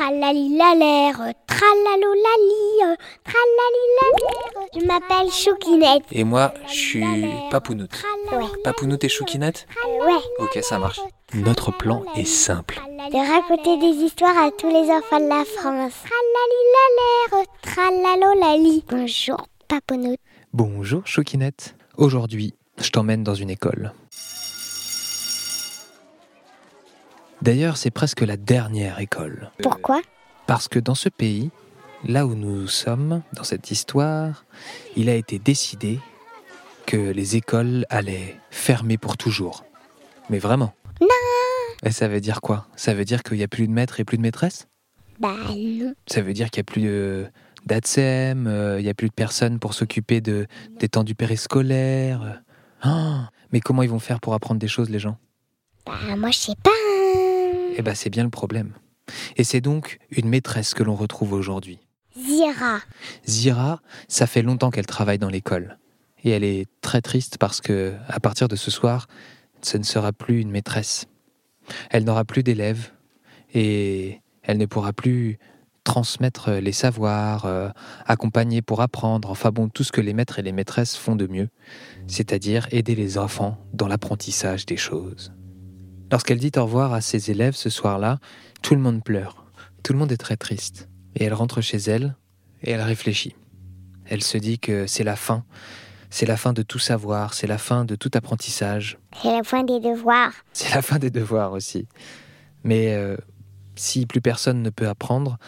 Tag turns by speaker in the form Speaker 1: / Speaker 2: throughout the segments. Speaker 1: Tralali la l'air, tralalou la tralali Je m'appelle Choukinette.
Speaker 2: Et moi, je suis Papounoute.
Speaker 1: Ouais.
Speaker 2: Papounoute et Choukinette
Speaker 1: Euh, ouais,
Speaker 2: Ok, ça marche. Notre plan est simple.
Speaker 1: de raconter des histoires à tous les enfants de la France. Tralali la l'air, tralalou lali. Bonjour, Paponote.
Speaker 2: Bonjour Choukinette. Aujourd'hui, je t'emmène dans une école. D'ailleurs, c'est presque la dernière école.
Speaker 1: Pourquoi
Speaker 2: Parce que dans ce pays, là où nous sommes, dans cette histoire, il a été décidé que les écoles allaient fermer pour toujours. Mais vraiment.
Speaker 1: Non.
Speaker 2: Et ça veut dire quoi Ça veut dire qu'il n'y a plus de maître et plus de maîtresse
Speaker 1: Bah non.
Speaker 2: Ça veut dire qu'il n'y a plus euh, d'ATSEM, euh, il n'y a plus de personnes pour s'occuper de, des temps du périscolaire. Ah, mais comment ils vont faire pour apprendre des choses, les gens
Speaker 1: Bah moi je sais pas. hein.
Speaker 2: Eh ben, c'est bien le problème. Et c'est donc une maîtresse que l'on retrouve aujourd'hui.
Speaker 1: Zira.
Speaker 2: Zira, ça fait longtemps qu'elle travaille dans l'école. Et elle est très triste parce que, à partir de ce soir, ce ne sera plus une maîtresse. Elle n'aura plus d'élèves et elle ne pourra plus transmettre les savoirs, euh, accompagner pour apprendre, enfin bon, tout ce que les maîtres et les maîtresses font de mieux, c'est-à-dire aider les enfants dans l'apprentissage des choses. Lorsqu'elle dit au revoir à ses élèves ce soir-là, tout le monde pleure, tout le monde est très triste. Et elle rentre chez elle et elle réfléchit. Elle se dit que c'est la fin. C'est la fin de tout savoir, c'est la fin de tout apprentissage,
Speaker 1: C'est la fin des devoirs.
Speaker 2: c'est la fin des devoirs aussi. Mais euh, si plus personne ne peut apprendre,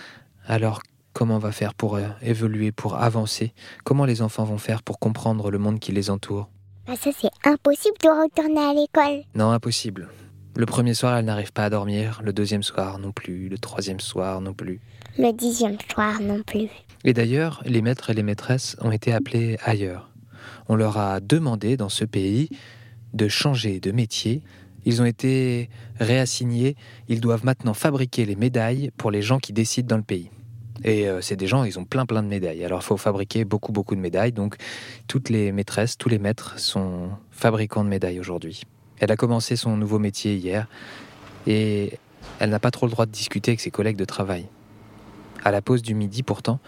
Speaker 2: alors comment on va faire pour euh, évoluer, pour avancer Comment les enfants vont faire pour comprendre le monde qui les entoure
Speaker 1: Bah ça c'est impossible de retourner à l'école.
Speaker 2: Non, impossible. Le premier soir, elle n'arrive pas à dormir, le deuxième soir non plus, le troisième soir non plus.
Speaker 1: Le dixième soir non plus.
Speaker 2: Et d'ailleurs, les maîtres et les maîtresses ont été appelés ailleurs. On leur a demandé dans ce pays de changer de métier. Ils ont été réassignés. Ils doivent maintenant fabriquer les médailles pour les gens qui décident dans le pays. Et euh, c'est des gens, ils ont plein plein de médailles. Alors il faut fabriquer beaucoup beaucoup de médailles. Donc toutes les maîtresses, tous les maîtres sont fabricants de médailles aujourd'hui. Elle a commencé son nouveau métier hier et elle n'a pas trop le droit de discuter avec ses collègues de travail. À la pause du midi pourtant,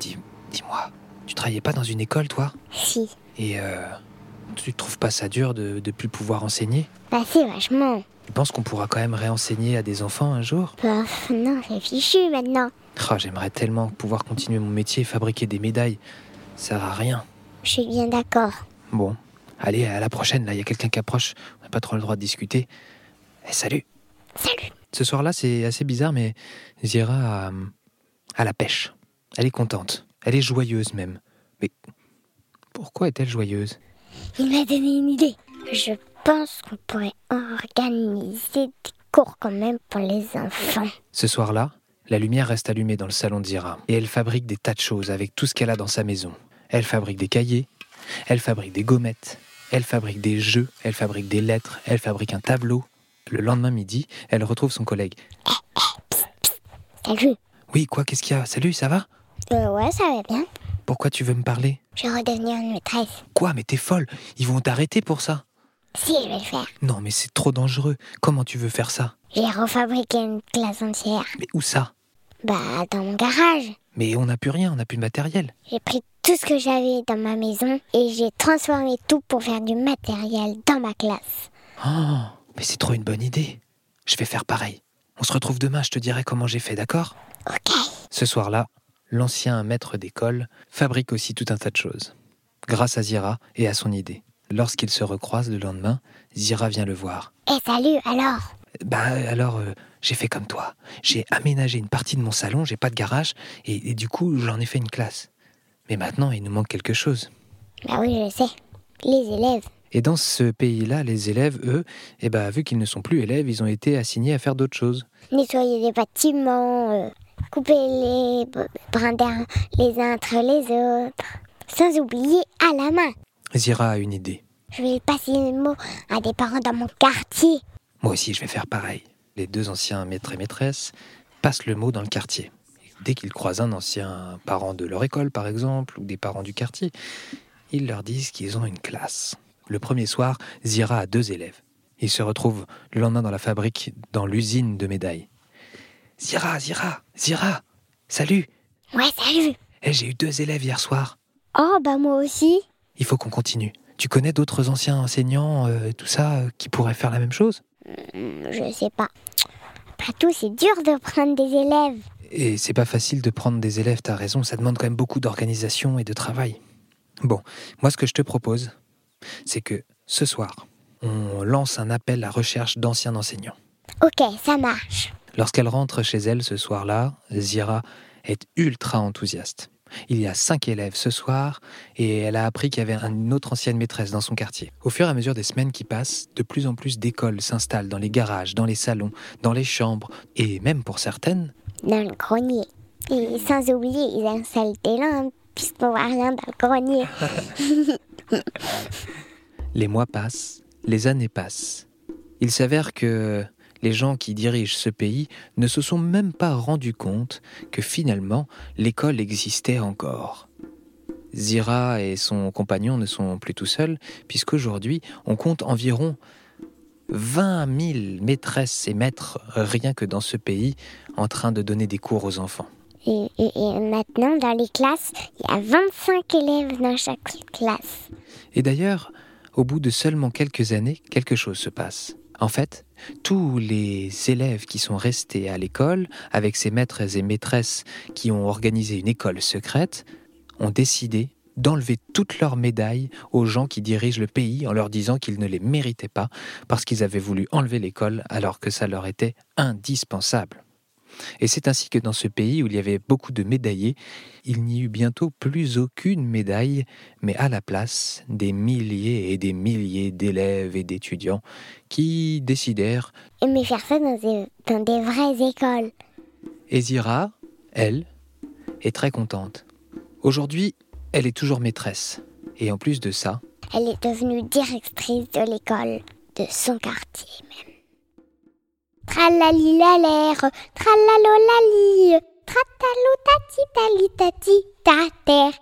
Speaker 2: Dis- Dis-moi, tu travaillais pas dans une école, toi
Speaker 1: Si.
Speaker 2: Et euh, tu trouves pas ça dur de ne plus pouvoir enseigner
Speaker 1: Bah si vachement.
Speaker 2: Tu penses qu'on pourra quand même réenseigner à des enfants un jour
Speaker 1: Bah pff, non c'est fichu maintenant.
Speaker 2: Ah, J'aimerais tellement pouvoir continuer mon métier et fabriquer des médailles. Ça sert à rien.
Speaker 1: Je suis bien d'accord.
Speaker 2: Bon, allez, à la prochaine, là, il y a quelqu'un qui approche. On n'a pas trop le droit de discuter. Eh, salut
Speaker 1: Salut.
Speaker 2: Ce soir-là, c'est assez bizarre, mais Zira a, a la pêche. Elle est contente. Elle est joyeuse même. Mais pourquoi est-elle joyeuse
Speaker 1: Il m'a donné une idée. Je pense qu'on pourrait organiser des cours quand même pour les enfants.
Speaker 2: Ce soir-là, la lumière reste allumée dans le salon de Zira et elle fabrique des tas de choses avec tout ce qu'elle a dans sa maison. Elle fabrique des cahiers, elle fabrique des gommettes, elle fabrique des jeux, elle fabrique des lettres, elle fabrique un tableau. Le lendemain midi, elle retrouve son collègue.
Speaker 1: Salut.
Speaker 2: Oui, quoi, qu'est-ce qu'il y a Salut, ça va
Speaker 1: Euh, ouais ça va bien.
Speaker 2: Pourquoi tu veux me parler
Speaker 1: Je vais redevenir une maîtresse.
Speaker 2: Quoi, mais t'es folle Ils vont t'arrêter pour ça
Speaker 1: Si je vais le faire.
Speaker 2: Non, mais c'est trop dangereux. Comment tu veux faire ça
Speaker 1: J'ai refabriqué une classe entière.
Speaker 2: Mais où ça
Speaker 1: Bah dans mon garage.
Speaker 2: Mais on n'a plus rien, on n'a plus de matériel.
Speaker 1: J'ai pris tout ce que j'avais dans ma maison et j'ai transformé tout pour faire du matériel dans ma classe.
Speaker 2: Oh, mais c'est trop une bonne idée. Je vais faire pareil. On se retrouve demain, je te dirai comment j'ai fait, d'accord
Speaker 1: Ok.
Speaker 2: Ce soir-là, l'ancien maître d'école fabrique aussi tout un tas de choses, grâce à Zira et à son idée. Lorsqu'ils se recroisent le lendemain, Zira vient le voir.
Speaker 1: Eh salut alors.
Speaker 2: Bah alors, euh, j'ai fait comme toi. J'ai aménagé une partie de mon salon, j'ai pas de garage, et, et du coup, j'en ai fait une classe. Mais maintenant, il nous manque quelque chose.
Speaker 1: Bah oui je sais. Les élèves.
Speaker 2: Et dans ce pays-là, les élèves, eux, eh bah, vu qu'ils ne sont plus élèves, ils ont été assignés à faire d'autres choses.
Speaker 1: nettoyer les bâtiments, euh, couper les b- brins d'herbe les uns entre les autres, sans oublier à la main.
Speaker 2: Zira a une idée.
Speaker 1: Je vais passer le mot à des parents dans mon quartier.
Speaker 2: Moi aussi, je vais faire pareil. Les deux anciens maîtres et maîtresses passent le mot dans le quartier. Dès qu'ils croisent un ancien parent de leur école, par exemple, ou des parents du quartier, ils leur disent qu'ils ont une classe. Le premier soir, Zira a deux élèves. Il se retrouve le lendemain dans la fabrique, dans l'usine de médailles. Zira, Zira, Zira, salut
Speaker 1: Ouais, salut
Speaker 2: Eh, J'ai eu deux élèves hier soir.
Speaker 1: Oh, bah moi aussi.
Speaker 2: Il faut qu'on continue. Tu connais d'autres anciens enseignants, euh, tout ça, euh, qui pourraient faire la même chose
Speaker 1: Hmm, Je sais pas. Après tout, c'est dur de prendre des élèves.
Speaker 2: Et c'est pas facile de prendre des élèves, t'as raison, ça demande quand même beaucoup d'organisation et de travail. Bon, moi ce que je te propose, c'est que ce soir, on lance un appel à recherche d'anciens enseignants.
Speaker 1: Ok, ça marche.
Speaker 2: Lorsqu'elle rentre chez elle ce soir-là, Zira est ultra enthousiaste. Il y a cinq élèves ce soir et elle a appris qu'il y avait une autre ancienne maîtresse dans son quartier. Au fur et à mesure des semaines qui passent, de plus en plus d'écoles s'installent dans les garages, dans les salons, dans les chambres et même pour certaines,
Speaker 1: Dans le grenier. Et sans oublier, ils installent des lampes, puisqu'on voit rien dans le grenier.
Speaker 2: les mois passent, les années passent. Il s'avère que les gens qui dirigent ce pays ne se sont même pas rendus compte que finalement l'école existait encore. Zira et son compagnon ne sont plus tout seuls, puisqu'aujourd'hui on compte environ 20 000 maîtresses et maîtres rien que dans ce pays en train de donner des cours aux enfants.
Speaker 1: Et, et- et maintenant, dans les classes, il y a 25 élèves dans chaque classe.
Speaker 2: Et d'ailleurs, au bout de seulement quelques années, quelque chose se passe. En fait, tous les élèves qui sont restés à l'école, avec ces maîtres et maîtresses qui ont organisé une école secrète, ont décidé d'enlever toutes leurs médailles aux gens qui dirigent le pays en leur disant qu'ils ne les méritaient pas parce qu'ils avaient voulu enlever l'école alors que ça leur était indispensable. Et c'est ainsi que dans ce pays où il y avait beaucoup de médaillés, il n'y eut bientôt plus aucune médaille mais à la place des milliers et des milliers d'élèves et d'étudiants qui décidèrent.
Speaker 1: Et mais faire ça dans des, dans des vraies écoles.
Speaker 2: Et Zira, elle, est très contente. Aujourd'hui, elle est toujours maîtresse. Et en plus de ça,
Speaker 1: Elle est devenue directrice de l'école de son quartier même. Tralalilalère, tralalolali, tratalou tati tali tati ta terre,